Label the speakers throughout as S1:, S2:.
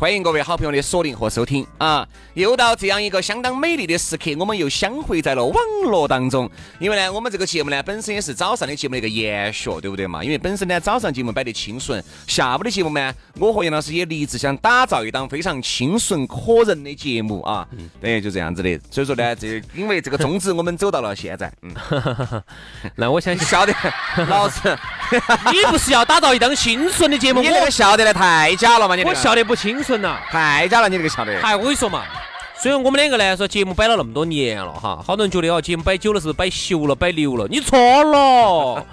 S1: 欢迎各位好朋友的锁定和收听啊！又到这样一个相当美丽的时刻，我们又相会在了网络当中。因为呢，我们这个节目呢，本身也是早上的节目的一个延续，对不对嘛？因为本身呢，早上节目摆得清纯，下午的节目呢，我和杨老师也立志想打造一档非常清纯可人的节目啊。对，就这样子的。所以说呢，这因为这个宗旨，我们走到了现在。嗯，
S2: 那我相信
S1: 晓得，老师，
S2: 你不是要打造一档清纯的节目，
S1: 你那个
S2: 我
S1: 笑得来太假了嘛？你这
S2: 我
S1: 个
S2: 笑得不清纯呐。
S1: 太假了，你这个笑 得。
S2: 哎，我跟你说嘛，虽然我们两个呢说节目摆了那么多年了哈，好多人觉得哦，节目摆久了是不是摆熟了、摆溜了？你错 了。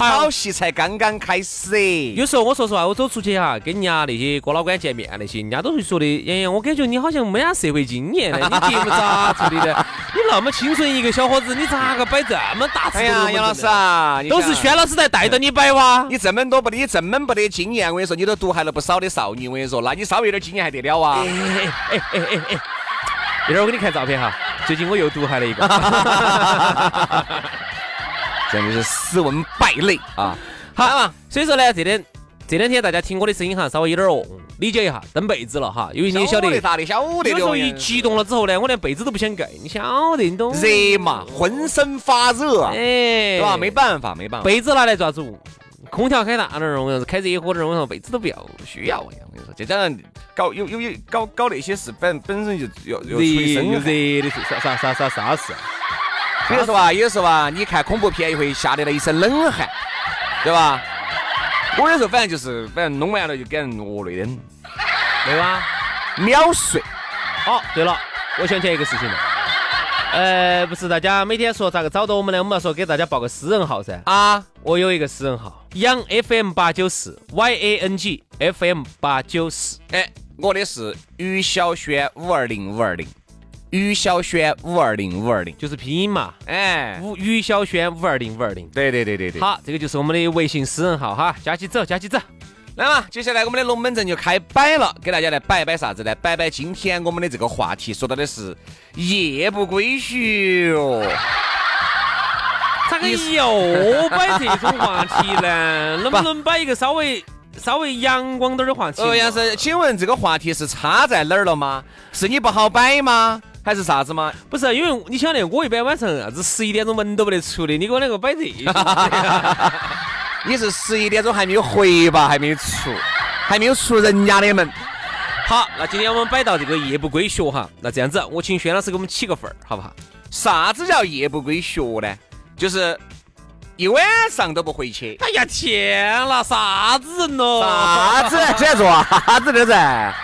S2: 还
S1: 好
S2: 有
S1: 戏才刚刚开始。
S2: 有时候我说实话，我走出去哈，跟人家那些哥老倌见面那些，人家都会说的，洋洋，我感觉你好像没啥社会经验呢，你节目咋做的呢？你那么清纯一个小伙子，你咋个摆这么大尺
S1: 哎
S2: 度的龙
S1: 呀，
S2: 门阵呢？
S1: 杨老师啊，你
S2: 都
S1: 想
S2: 是轩老师在带着你摆哇。
S1: 你这么多不得，你这么不得经验，我跟你说，你都毒害了不少的少女，我跟你说，那你稍微有点经验还得了
S2: 哎
S1: 啊？
S2: 一会儿我给你看照片哈，最近我又毒害了一 个。
S1: 真的是斯文败类啊！
S2: 好，所以说呢，这两这两天大家听我的声音哈，稍微有点儿嗯理解一下，蹬被子了哈，因为你也晓得，
S1: 大的，晓得的，
S2: 有时候
S1: 我跟
S2: 一
S1: 你
S2: 激动了之后呢，我连被子都不想盖，你晓得，你懂？
S1: 热嘛，浑身发热，
S2: 嗯哎，
S1: 对
S2: 对
S1: 吧？没办法，没办法。
S2: 被子拿来抓住，空调开大点儿，我跟你说开热火点儿，我跟你说被子都不要，
S1: 需要啊我跟你说，这家人搞有有有搞搞那些事，本本身就要要出一身汗。
S2: 热的啥啥啥啥啥事？
S1: 比如说吧，有时候吧，你看恐怖片也会吓得那一身冷汗，对吧？我有时候反正就是，反正弄完了就给人恶累的，
S2: 对吧？
S1: 秒睡。
S2: 好，对了，我想起来一个事情了。呃，不是大家每天说咋个找到我们呢？我们要说给大家报个私人号噻。
S1: 啊，
S2: 我有一个私人号，杨 FM 八九四 Y A N G F M 八九四。
S1: 哎，我的是于小轩五二零五二零，于小轩五二零五二零，
S2: 就是拼音嘛，
S1: 哎，
S2: 吴于小轩五二零五二零。
S1: 对对对对对。，
S2: 嗯好，这个就是我们的微信私人号哈，加起走，加起走。
S1: 那么接下来我们的龙门阵就开摆了，给大家来摆一摆啥子呢？摆摆今天我们的这个话题，说到的是夜不归宿。
S2: 咋个又摆这种话题呢？ 能不能摆一个稍微稍微阳光点儿的话题嘛？
S1: 欧阳师，哦请问这个话题是差在哪儿了吗？是你不好摆吗？还是啥子吗？
S2: 不是，因为你晓得，我一般晚上啥子十一点钟门都不得出的，你给我两个摆这些。
S1: 你是十一点钟还没有回吧？还没有出，还没有出人家的门。
S2: 好，那今天我们摆到这个夜不归宿哈，那这样子，我请轩老师给我们起个份儿，好不好？
S1: 啥子叫夜不归宿呢？就是一晚上都不回去。
S2: 哎呀天啦，啥子人哦
S1: 哦
S2: 咯？
S1: 啥子？在做啥子的噻？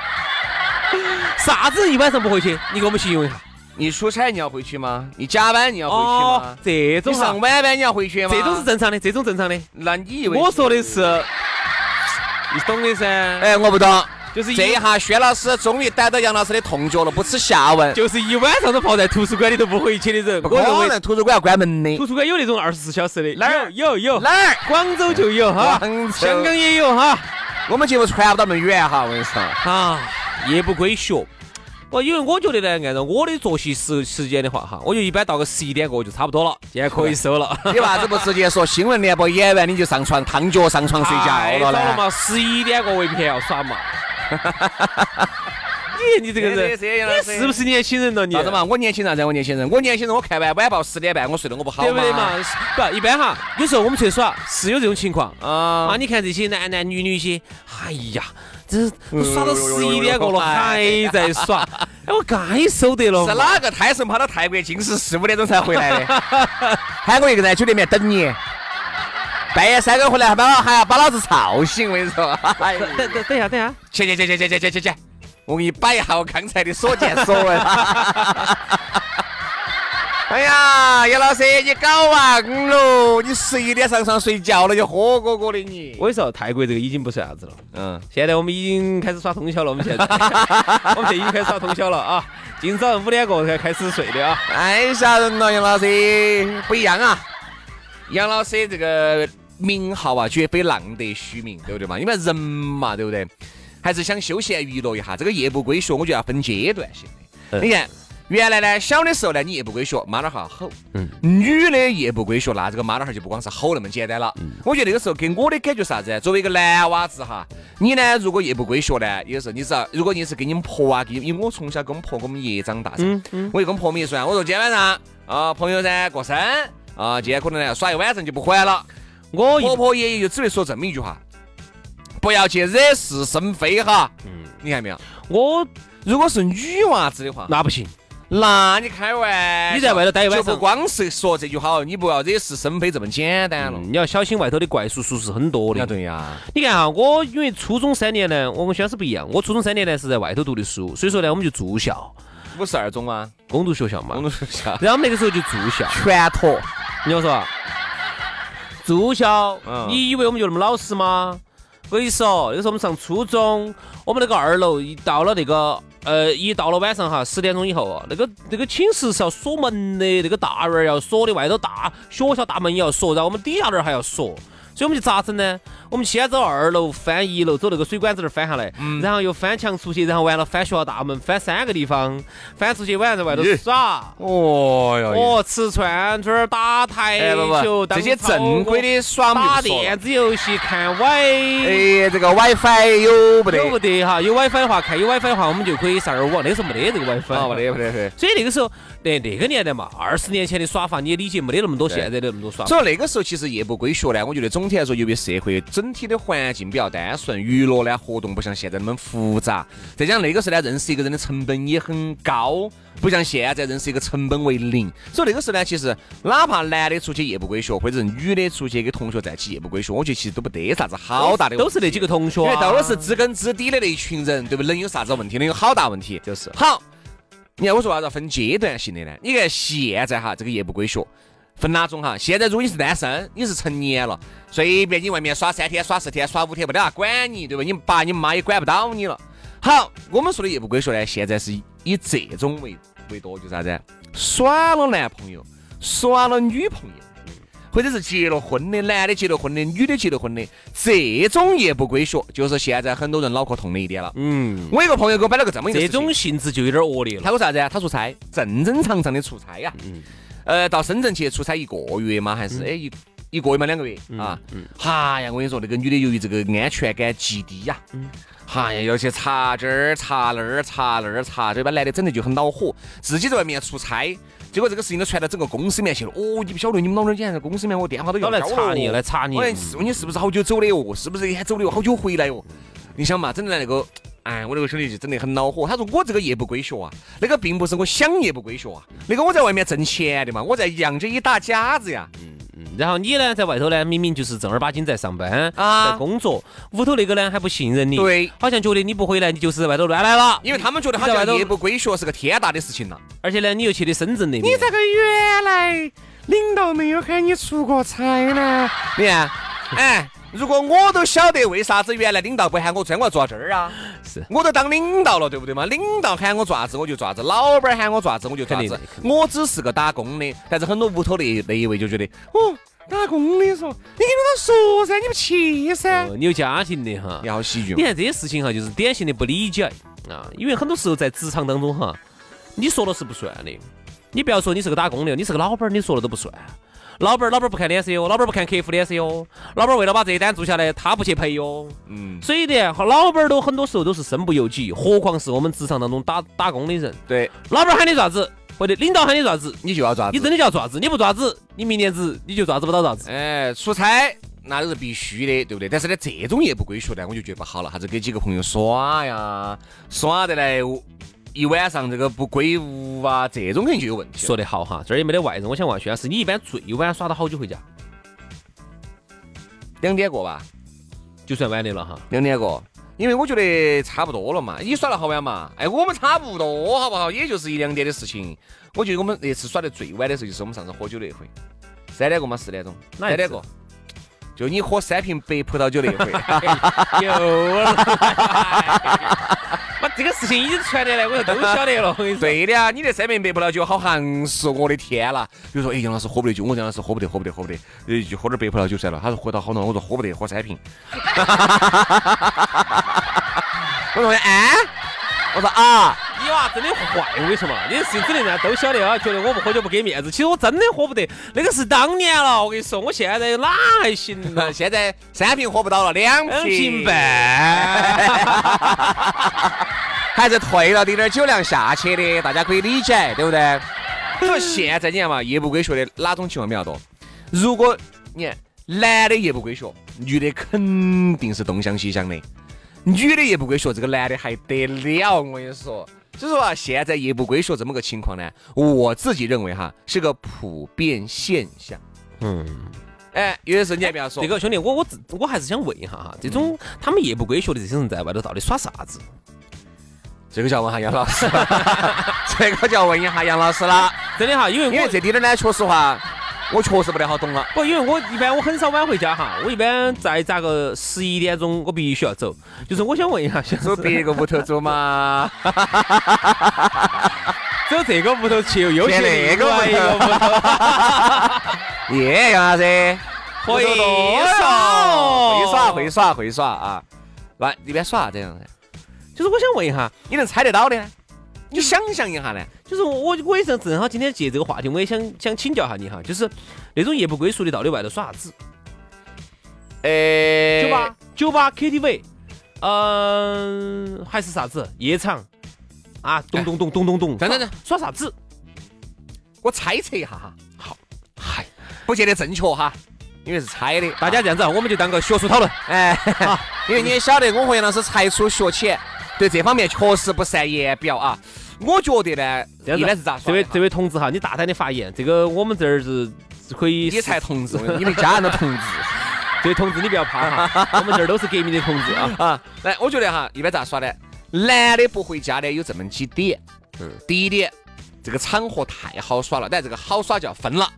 S2: 啥子人一晚上不回去？你给我们形容一下。
S1: 你出差你要回去吗？你加班你要回去吗？
S2: 哦这
S1: 你
S2: 种
S1: 上
S2: 哈，
S1: 晚班你要回去吗？
S2: 这种是正常的，这种正常的。
S1: 那你以为
S2: 我说的是，你懂的噻，
S1: 哎，我不懂。
S2: 就是
S1: 这一
S2: 一
S1: 下，薛老师终于逮到杨老师的痛脚了，不耻下问。
S2: 就是一晚上都泡在图书馆里头不回去的人。
S1: 不
S2: 我
S1: 可
S2: 认为
S1: 能，图书馆要关门的。
S2: 图书馆有那种二十四小时的，
S1: 哪儿
S2: 有有有，
S1: 哪儿？
S2: 广州就有哈
S1: 广，州
S2: 香港也有哈。
S1: 啊呃我们节目传不到那么远哈，我跟你 说。
S2: 啊，夜不归宿。我因为我觉得呢，按照我的作息时时间的话哈，我就一般到个十一点过就差不多了，今天可以收了。
S1: 你为啥子不直接说新闻联播演完你就上床烫脚上床睡
S2: 太
S1: 觉
S2: 早
S1: 了
S2: 哎了
S1: 呢？
S2: 嘛，十一点过为票耍 嘛。你你这个人，你是不是年轻人了？你
S1: 啥子嘛？我年轻人噻，我年轻人，我年轻人，我看完晚报十点半，我睡得我不好
S2: 对不对嘛？？不，一般哈，有时候我们出去耍是有这种情况
S1: 啊
S2: 啊。，你看这些男男女女些，哎呀，这都耍到十一点过了
S1: 哎
S2: 还在耍， 哎，我该收得了嘛。
S1: 是哪个胎神跑到 泰国，近视四五点钟才回来的？喊我一个人在酒店里面等你。半夜三更回来还把还要把老子吵醒，我跟你说。哎呀
S2: 等等等一下，等一下，
S1: 去去去去去去去去去，我给你摆一下我刚才的所见所闻。啊 哎呀，叶老师，你搞忘了，你十一点上床睡觉了，你喝哥哥的你。
S2: 我跟你说，泰国这个已经不是啥子了。
S1: 嗯，
S2: 现在我们已经开始耍通宵了，我们 现在，我们现在已经开始耍通宵了啊！今早五点过才开始睡的啊。
S1: 太哎吓人了，杨老师不一样啊。杨老师这个名号啊，绝非浪得虚名，对不对嘛？因为人嘛，对不对？还是想休闲娱乐一下。这个夜不归宿，我就要分阶段性的。
S2: 嗯
S1: 你看，原来呢，小的时候呢，你夜不归宿，妈老汉儿吼。
S2: 嗯
S1: 女的夜不归宿，那这个妈老汉儿就不光是吼那么简单了。
S2: 嗯
S1: 我觉得那个时候给我的感觉是啥子呢？作为一个男娃子哈，你呢如果夜不归宿呢，有时候你知道，如果你是跟你们婆啊，跟因为我从小跟我们婆跟我们爷长大噻，
S2: 嗯嗯
S1: 我就跟我婆们一说，我说今天晚上啊朋友噻过生啊，今天可能呢耍一晚上就不回来了。
S2: 我一
S1: 婆婆爷爷就只会说这么一句话：不要去惹是生非哈。
S2: 嗯
S1: 你看没有？
S2: 我
S1: 如果是女娃子的话，
S2: 那不行，
S1: 那你开玩笑，
S2: 你在外头待一晚
S1: 哎就
S2: 上
S1: 不光是说这句好，你不要惹是生非这么简单了。
S2: 嗯你要小心外头的怪叔叔是很多的。
S1: 对呀，
S2: 你看哈，我因为初中三年呢，我跟轩师不一样，我初中三年呢是在外头读的书，所以说呢我们就住校，
S1: 五十二中啊，
S2: 公读学校嘛
S1: 我。们学校
S2: 然后我们那个时候就住校，
S1: 全托。
S2: 你听我说啊，住校，
S1: 嗯
S2: 你以为我们就那么老实吗？我跟你说，那个时候我们上初中，我们那个二楼一到了那个呃，一到了晚上哈十点钟以后哦，那个那个寝室是要锁门的，那个大院儿要锁的，外头大学校大门也要锁，然后我们底下那儿还要锁。所以我们就咋整呢？我们先走二楼翻一楼，走那个水管子那儿翻下来，
S1: 嗯
S2: 然后又翻墙出去，然后完了翻学校大门，翻三个地方，翻出去晚上在外头
S1: 咦
S2: 耍。
S1: 哦哟，
S2: 哦，吃串串儿、打台
S1: 哎不不，
S2: 球、
S1: 这些正规的耍
S2: 打
S1: 我们
S2: 打
S1: 就不说
S2: 电
S1: 了。
S2: 子游戏、看 Y，
S1: 哎，这个 WiFi 有不得？
S2: 有不得哈？有 WiFi 的话，看有 WiFi 的话，我们就可以上二网。那个时候没得这个 WiFi，
S1: 啊，不得不。得不得。
S2: 所以那个时候，那那个年代嘛，二十年前的耍法你也理解没得那么多
S1: 对
S2: 现在的那么多耍法。
S1: 所以那个时候其实夜不归宿呢，我觉得总体来说，由于社会整体的环境比较单纯，娱乐呢活动不像现在那么复杂，再加上那个时候呢，认识一个人的成本也很高，不像现在认识一个成本为零。所以那个时候呢，其实哪怕男的出去夜不归宿，或者是女的出去跟同学在一起夜不归宿，我觉得其实都不得啥子好大的问题，
S2: 都是那几个同学啊，
S1: 因为哎到了是知根知底的那一群人，对不对？能有啥子问题？能有好大问题？
S2: 就是
S1: 好，你看我说为啥子要分阶段性的呢？你看现在哈，这个夜不归宿。分哪种哈？现在如果你是单身，你是成年了，随便你外面耍三天、耍四天、耍五天，没得人管你，对吧？你爸你妈也管不到你了。好，我们说的夜不归宿呢，现在是以以这种为为多，就是啥子？耍了男朋友，耍了女朋友，或者是结了婚的，男的结了婚的，女的结了婚的，这种夜不归宿，就是现在很多人脑壳痛的一点了。
S2: 嗯，
S1: 我有个朋友给我摆了个这么一个
S2: 这
S1: 事情
S2: 种性质就有点恶劣了。嗯
S1: 他说啥子啊？他出差，正正常常的出差呀、呃，到深圳去出差一个月吗？还是哎一一个月吗？两个月
S2: 嗯
S1: 啊？哈呀，我跟你说，那个女的由于这个安全感极低呀，
S2: 嗯
S1: 哈呀，要去查这儿查那儿查那儿查，这把男的整的就很恼火，自己在外面出差。结果这个事情都传到整个公司里面去了。哦，你不晓得你们老娘今天在公司里面，我电话都要
S2: 都来
S1: 交
S2: 查
S1: 了
S2: 你，来查你
S1: 我。是哎你是不是好久走的哦？是不是也走的哦？好久回来哦？你想嘛，整的那个，哎，我那个兄弟就整得很恼火。他说我这个夜不归宿啊，那个并不是我想夜不归宿啊，那个我在外面挣钱的嘛，我在杨家一打假子呀。
S2: 嗯然后你呢，在外头呢，明明就是正儿八经在上班，
S1: 啊
S2: 在工作，屋头那个呢还不信任你，
S1: 对，
S2: 好像觉得你不回来，你就是在外头乱来了。
S1: 因为他们觉得好
S2: 你在外
S1: 像
S2: 头
S1: 夜不归宿是个天大的事情了。
S2: 而且呢，你又去的深圳那边，
S1: 个原来领导没有喊你出国差呢？你看，哎，如果我都晓得为啥子原来领导不喊我出来，我要坐这儿啊。
S2: 是
S1: 我都当领导了，对不对嘛？领导喊我做啥子我就做啥子，老板喊我做啥子我就做啥
S2: 肯定
S1: 子
S2: 的。
S1: 我只是个打工的，但是很多屋头那那一位就觉得，哦，打工的说，你跟他说噻，你不去噻。
S2: 哦你有家庭的哈
S1: 你。好喜剧
S2: 你
S1: 嘛？
S2: 看这些事情哈，就是典型的不理解啊，因为很多时候在职场当中哈，你说了是不算的。你不要说你是个打工的，你是个老板儿，你说了都不算。老板儿，老板儿不看脸色哟，老板儿不看客户脸色哟，老板儿为了把这一单做下来，他不去赔哟。
S1: 嗯，
S2: 所以呢，老板儿都很多时候都是身不由己，何况是我们职场当中打打工的人。
S1: 对，
S2: 老板儿喊你啥子，或者领导喊你啥子，
S1: 你就要做啥
S2: 你
S1: 子。
S2: 真的就要做啥子，你不做啥子，你明年子你就做啥子不到啥子。
S1: 哎，出差那都是必须的，对不对？但是呢，这种夜不归宿呢，我就觉得不好了。啥子跟几个朋友耍呀，耍得来一晚上这个不归屋啊，这种肯定就有问题了。
S2: 说得好哈，这儿也没得外人。我想问下，轩老师，你一般最晚耍到好久回家？
S1: 两点过吧，
S2: 就算晚的了哈。
S1: 两点过，因为我觉得差不多了嘛。你耍了好晚嘛？哎，我们差不多好不好？也就是一两点的事情。我觉得我们那次耍得最晚的时候，就是我们上次喝酒那回，三点过嘛，四点钟，
S2: 哪一
S1: 三点
S2: 次
S1: 过。就你喝三瓶白葡萄酒那回，
S2: 又啊 来，妈这个事情已经传得来，我就都晓得了。我跟你 说，
S1: 对的呀，你那三瓶白葡萄酒好含蓄，我的天啦！比如说，哎，杨老师喝不得酒，我说杨老师喝不得，喝不得，喝不得，呃，就喝点白葡萄酒算了。他说喝到好浓，我说喝不得，喝三瓶。 我说哎，我说啊，
S2: 你娃真的坏，我跟你说嘛，你的事情整的人家都晓得啊，觉得我不喝酒不给面子。其实我真的喝不得，那个是当年了。我跟你说，我现在哪还行呢
S1: 那？现在三瓶喝不到了，两瓶
S2: 两瓶，半，
S1: 还是退了滴点儿酒量下去的，大家可以理解，对不对？你说现在你看嘛，夜不归宿的哪种情况比较多？如果你看男的夜不归宿，女的肯定是东想西想的。女的夜不归宿，这个男的还得了？我跟你说，所以说啊，现在夜不归宿这么个情况呢，我自己认为哈是个普遍现象。嗯，哎，有的时候你还不要说
S2: 这，个兄弟，我我自我还是想问一下哈，这种他们夜不归宿的这些人在外头到底耍啥子？
S1: 这个叫问下杨老师， 这个叫问一下杨老师了，
S2: 真的哈，因为
S1: 因为
S2: 我
S1: 这点儿呢，确实话，我确实不太好懂了。啊
S2: 不，因为我一般我很少晚回家哈，我一般再咋个十一点钟我必须要走。就是我想问一下，想
S1: 走别个屋头走嘛，
S2: 走这个屋头去又休息
S1: 去那个屋头
S2: 另外一个屋头，
S1: 耶，杨老师，
S2: 会
S1: 不多
S2: 耍
S1: 会耍，会耍，会耍啊！来，一边耍这样子，
S2: 就是我想问一下，
S1: 你能猜得到的呢？你想象一下呢？
S2: 就是我我我也是正好今天借这个话题，我也想想请教一下你哈，就是那种夜不归宿的到底外头耍啥子？
S1: 呃，
S2: 酒嗯吧、酒吧、KTV，嗯、还是啥子夜场啊？咚咚咚咚咚咚，
S1: 等等等，
S2: 耍啥子？
S1: 我猜测一下哈，
S2: 好，
S1: 嗨，不见得正确哈，因为是猜的，
S2: 大家这样子啊，我们就当个学术讨论。
S1: 哎，因为你也晓得，我和杨老师才疏学浅，对这方面确实不善言表啊。我觉得
S2: 这
S1: 呢，
S2: 样子
S1: 一般是咋
S2: 这
S1: 耍的
S2: 位
S1: 哈？
S2: 这位同志哈，你大胆的发言，这个我们这儿是是可以。
S1: 你才同志，我跟你说你们家人都同志。
S2: 这位同志，你不要怕哈，我们这儿都是革命的同志啊。
S1: 啊，来，我觉得哈，一般咋耍呢？男的不回家呢，有这么几点。嗯，第一点，这个场合太好耍了，但这个好耍就要分了。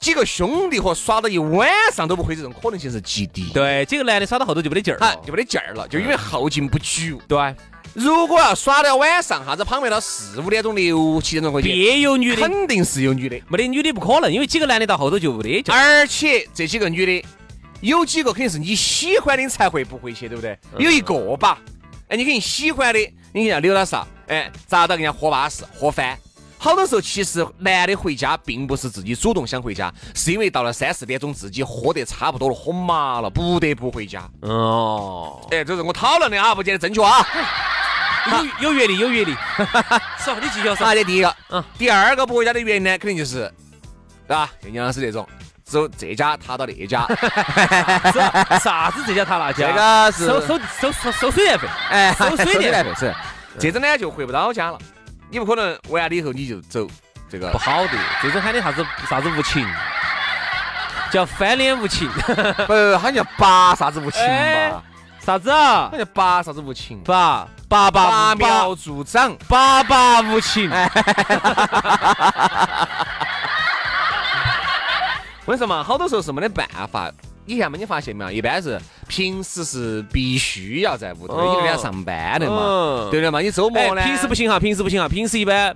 S1: 几个兄弟伙耍到一晚上都不回，这种可能性是极低。，
S2: 对，哦嗯几个男的耍到后头就没得劲儿
S1: 啊
S2: 了，。
S1: 就没得劲儿了，就因为耗尽不举。
S2: 对，
S1: 如果要耍到晚上，啥子旁边到四五点钟、六七点钟回去，
S2: 别有女的，
S1: 肯定是有女的，
S2: 没得女的不可能，因为几个男的到后头就没得劲儿。
S1: 而且这几个女的，有几个肯定是你喜欢的你才会不回去，对不对？有一个吧，哎，你肯定喜欢的，你肯定要留到啥？哎，咋到跟人家喝巴适、喝翻。好多时候，其实男的回家并不是自己主动想回家，是因为到了三四点钟自己喝得差不多了，喝麻了，不得不回家。
S2: 啊哦，
S1: 哎，这是我讨论的啊，不见得正确 啊。
S2: 有有阅历，有阅历。 是啊，你继续说。
S1: 啊，这第一个，
S2: 嗯
S1: 嗯，第二个不回家的原因呢，肯定就是，啊，像杨老师这种，走这家踏到那家，
S2: 是啥子这家他那
S1: 这
S2: 家？
S1: 个是
S2: 收收收收收水电费，
S1: 哎，
S2: 收水电
S1: 费是，这种呢就回不到家了，你不可能完了以后你就走这个
S2: 不，好的，这种喊的啥子啥子无情，叫翻脸无情，
S1: 不不，他叫拔啥子无情
S2: 哎
S1: 吧？
S2: 啥子啊
S1: 他？叫拔啥子无情？
S2: 爸爸爸
S1: 拔
S2: 无爸
S1: 苗助长，
S2: 爸爸无情，
S1: 我跟你说嘛，好多时候是没得办法。你看嘛，你发现没有？一般是平时是必须要在屋头的，
S2: 哦
S1: 因为要上班的嘛
S2: 嗯，
S1: 对不对嘛？你周
S2: 哎
S1: 末，呢？
S2: 平时不行哈，平时不行哈，平时一般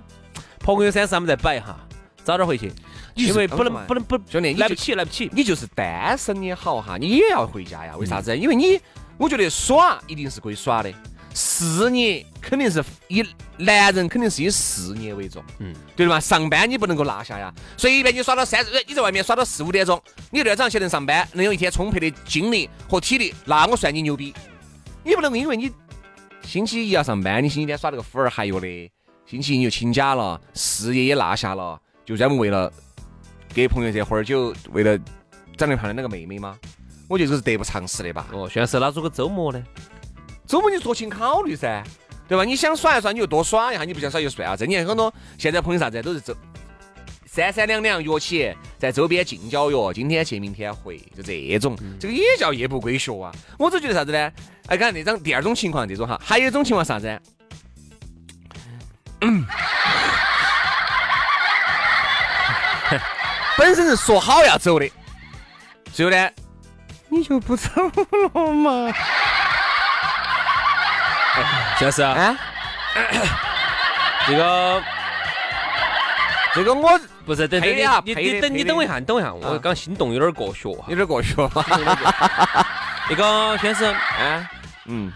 S2: 朋友三四他们在摆哈，早点回去，
S1: 你是
S2: 因为
S1: 当
S2: 不
S1: 什么
S2: 能
S1: 呀
S2: 不能不
S1: 兄弟你就
S2: 来不起来不起，
S1: 你就是单身也好哈，你也要回家呀？为啥子？因为你，我觉得耍一定是可以耍的，事业肯定是以男人肯定是以事业为重，嗯，对的嘛。上班你不能够落下呀，所以一般你耍到三十，呃你在外面耍到四五点钟，你第二天早上起来能上班，能有一天充沛的精力和体力，那我算你牛逼。你不能够因为你星期一要上班，你星期天耍了个虎儿还有的，星期一你就请假了，事业也落下了，就专门为了给朋友这会儿就为了长得漂亮那个妹妹吗？我觉得这是得不偿失的吧。
S2: 哦，现在是哪组个周末呢？
S1: 周末你酌情考虑噻，对吧？你想耍一耍，你就多耍一下；你不想耍就算了噻。你看很多现在朋友啥子都是周三三两两约起，在周边近郊约，今天去明天回，就这种，这个也叫夜不归宿啊。我只觉得啥子呢？哎，看那张第二种情况，这种哈，还有一种情况啥子呢？嗯 本身是说好要走的，最后呢，你就不走了嘛？
S2: 徐老师啊，
S1: 啊，
S2: 这个
S1: 这个我
S2: 啊不是等等
S1: 赔
S2: 你
S1: 的啊
S2: 你
S1: 赔的
S2: 你等
S1: 赔
S2: 你
S1: 的
S2: 等我一下，你等我一下，我
S1: 啊
S2: 刚心动有点过血哈
S1: 有。点过去了嘛。
S2: 那个先生，
S1: 啊，嗯，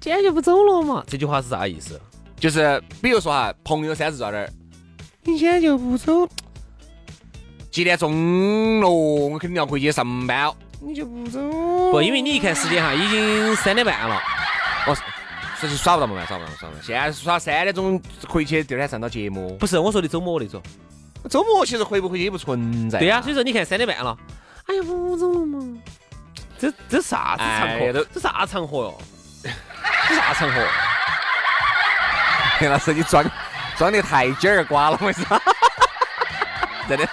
S2: 今天就不走了嘛？这句话是啥意思？
S1: 就是比如说哈，朋友三字抓点儿，
S2: 你今天就不走，
S1: 几点钟了？我肯定要回去上班哦。你就不走？
S2: 不，因为你一看时间哈，已经三点半了。
S1: 我哦是是耍不到嘛，耍不到，耍不到。现在耍三点钟回去，第二天上到节目。
S2: 不是，我说的周末那种。
S1: 周末其实回不回去也不存在。
S2: 对啊呀、所以说你看三点半了。哎呀，不走了嘛？这这啥子场
S1: 哎呀都
S2: 合？这啥场合哟？这啥场合？
S1: 田老师，你装装得太鸡儿瓜了，我跟你说， 真的，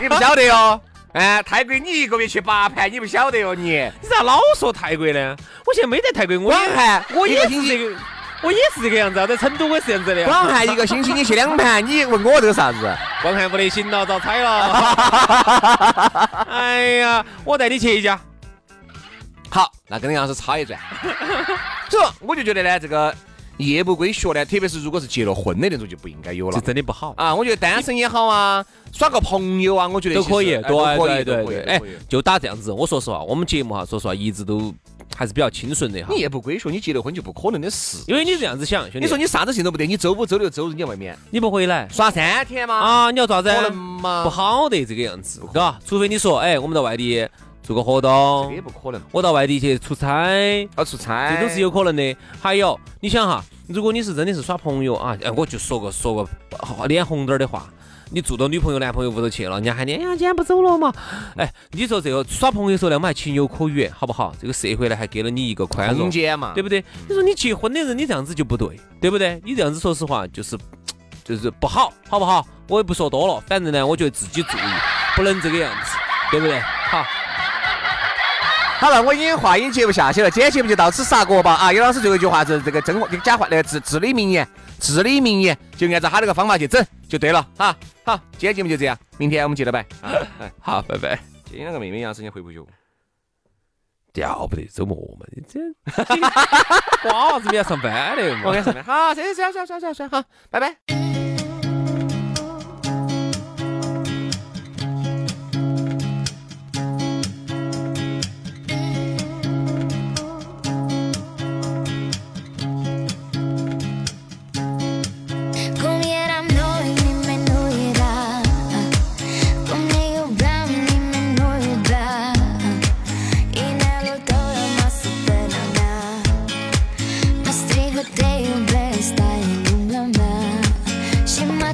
S1: 你不晓得哟。哎，泰国你一个月去八盘，你不晓得哟，你
S2: 你咋老说泰国呢？我现在没在泰国，我
S1: 广
S2: 也
S1: 汉
S2: 我
S1: 一
S2: 也
S1: 个
S2: 是
S1: 星
S2: 这
S1: 期，
S2: 个，我也是这个样子啊。在成都我也是这 样子的啊。
S1: 广汉一个星期你去两盘，你问我这个啥子？
S2: 光汉不得行了，遭踩 了。哎呀，我带你去一家。
S1: 好，那跟杨老师差 一转。所以说，我就觉得呢，这个夜不归宿呢，特别是如果是结了婚的那种，就不应该有了
S2: 这。真的不好。
S1: 啊，我觉得单身也好啊，耍个朋友啊，我觉得
S2: 都可以，
S1: 其实哎都可以，
S2: 对对
S1: 都可以
S2: 对，
S1: 都
S2: 哎
S1: 可以，
S2: 就打这样子。我说实话，我们节目哈，说实话一直都还是比较清纯的哈
S1: 你。夜不归宿，你结了婚就不可能的事。
S2: 因为你这样子想，兄弟，
S1: 你说你啥子事情都不得，你周五、周六、周日你在外面
S2: 你不回来
S1: 耍三天吗？
S2: 啊？你要咋子？
S1: 可能吗？
S2: 不，好的这个样子，嘎，除非你说，哎，我们到外地做个活动
S1: 也，不可能。
S2: 我到外地去出差，
S1: 要出差，
S2: 这都是有可能的。还有，你想哈，如果你是真的是耍朋友啊，哎，我就说个说个好脸红点儿的话，你住到女朋友、男朋友屋头去了，人家喊你，哎呀，今天不走了嘛？哎，你说这个耍朋友的时候呢，我们还情有可原，好不好？这个社会呢还给了你一个宽容
S1: 空，间嘛，
S2: 对不对？你说你结婚的人，你这样子就不对，对不对？你这样子说实话就是就是不好，好不好？我也不说多了，反正呢，我觉得自己注意，不能这个样子，对不对？好，
S1: 好了，我已经话已经接不下去了，今天节目就到此杀过吧。啊，有老师最后一句话是这个真话假话，那个至至理名言，至理名言就按照他这个方法去整就对了哈。好，今天节目就这样，明天我们接着摆。啊，哎
S2: 好，拜拜。
S1: 今天那个妹妹杨生也回不去哦。
S2: 要不得，周末嘛，你这这个瓜娃子们要上班的嘛。
S1: OK，好，行行行行行行，好，拜拜。
S3: Comieran hoy ni me enojará. Conmigo blan ni me enojará. Y no lo todo más superará. Más trigo te un está en un blan. da,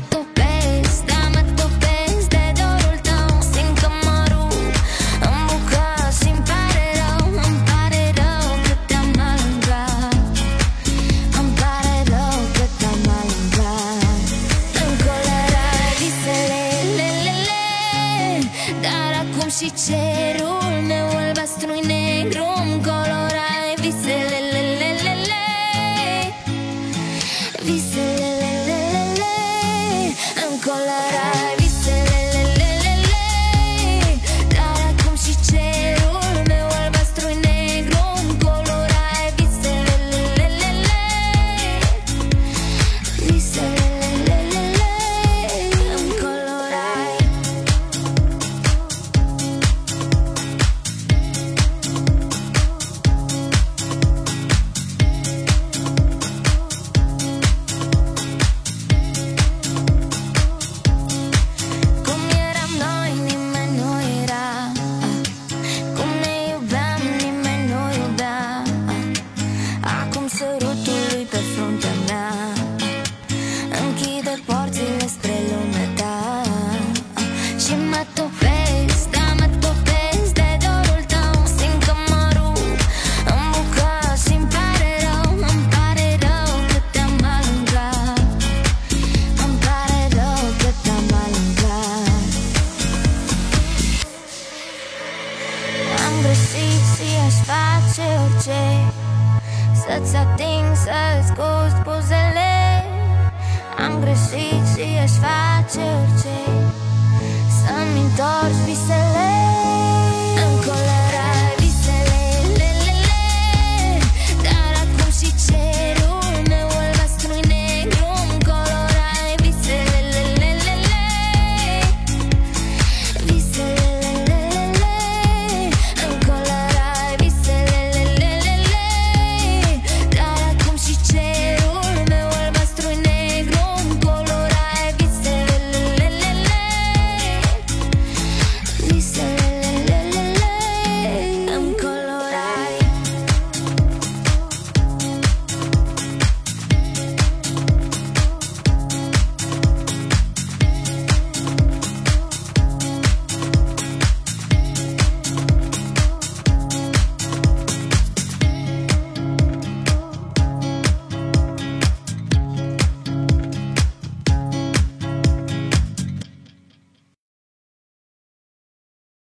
S3: da, shit. Such a thing, such goes, puzzle. Am greșit și ești faci orice Să-mi întorci visele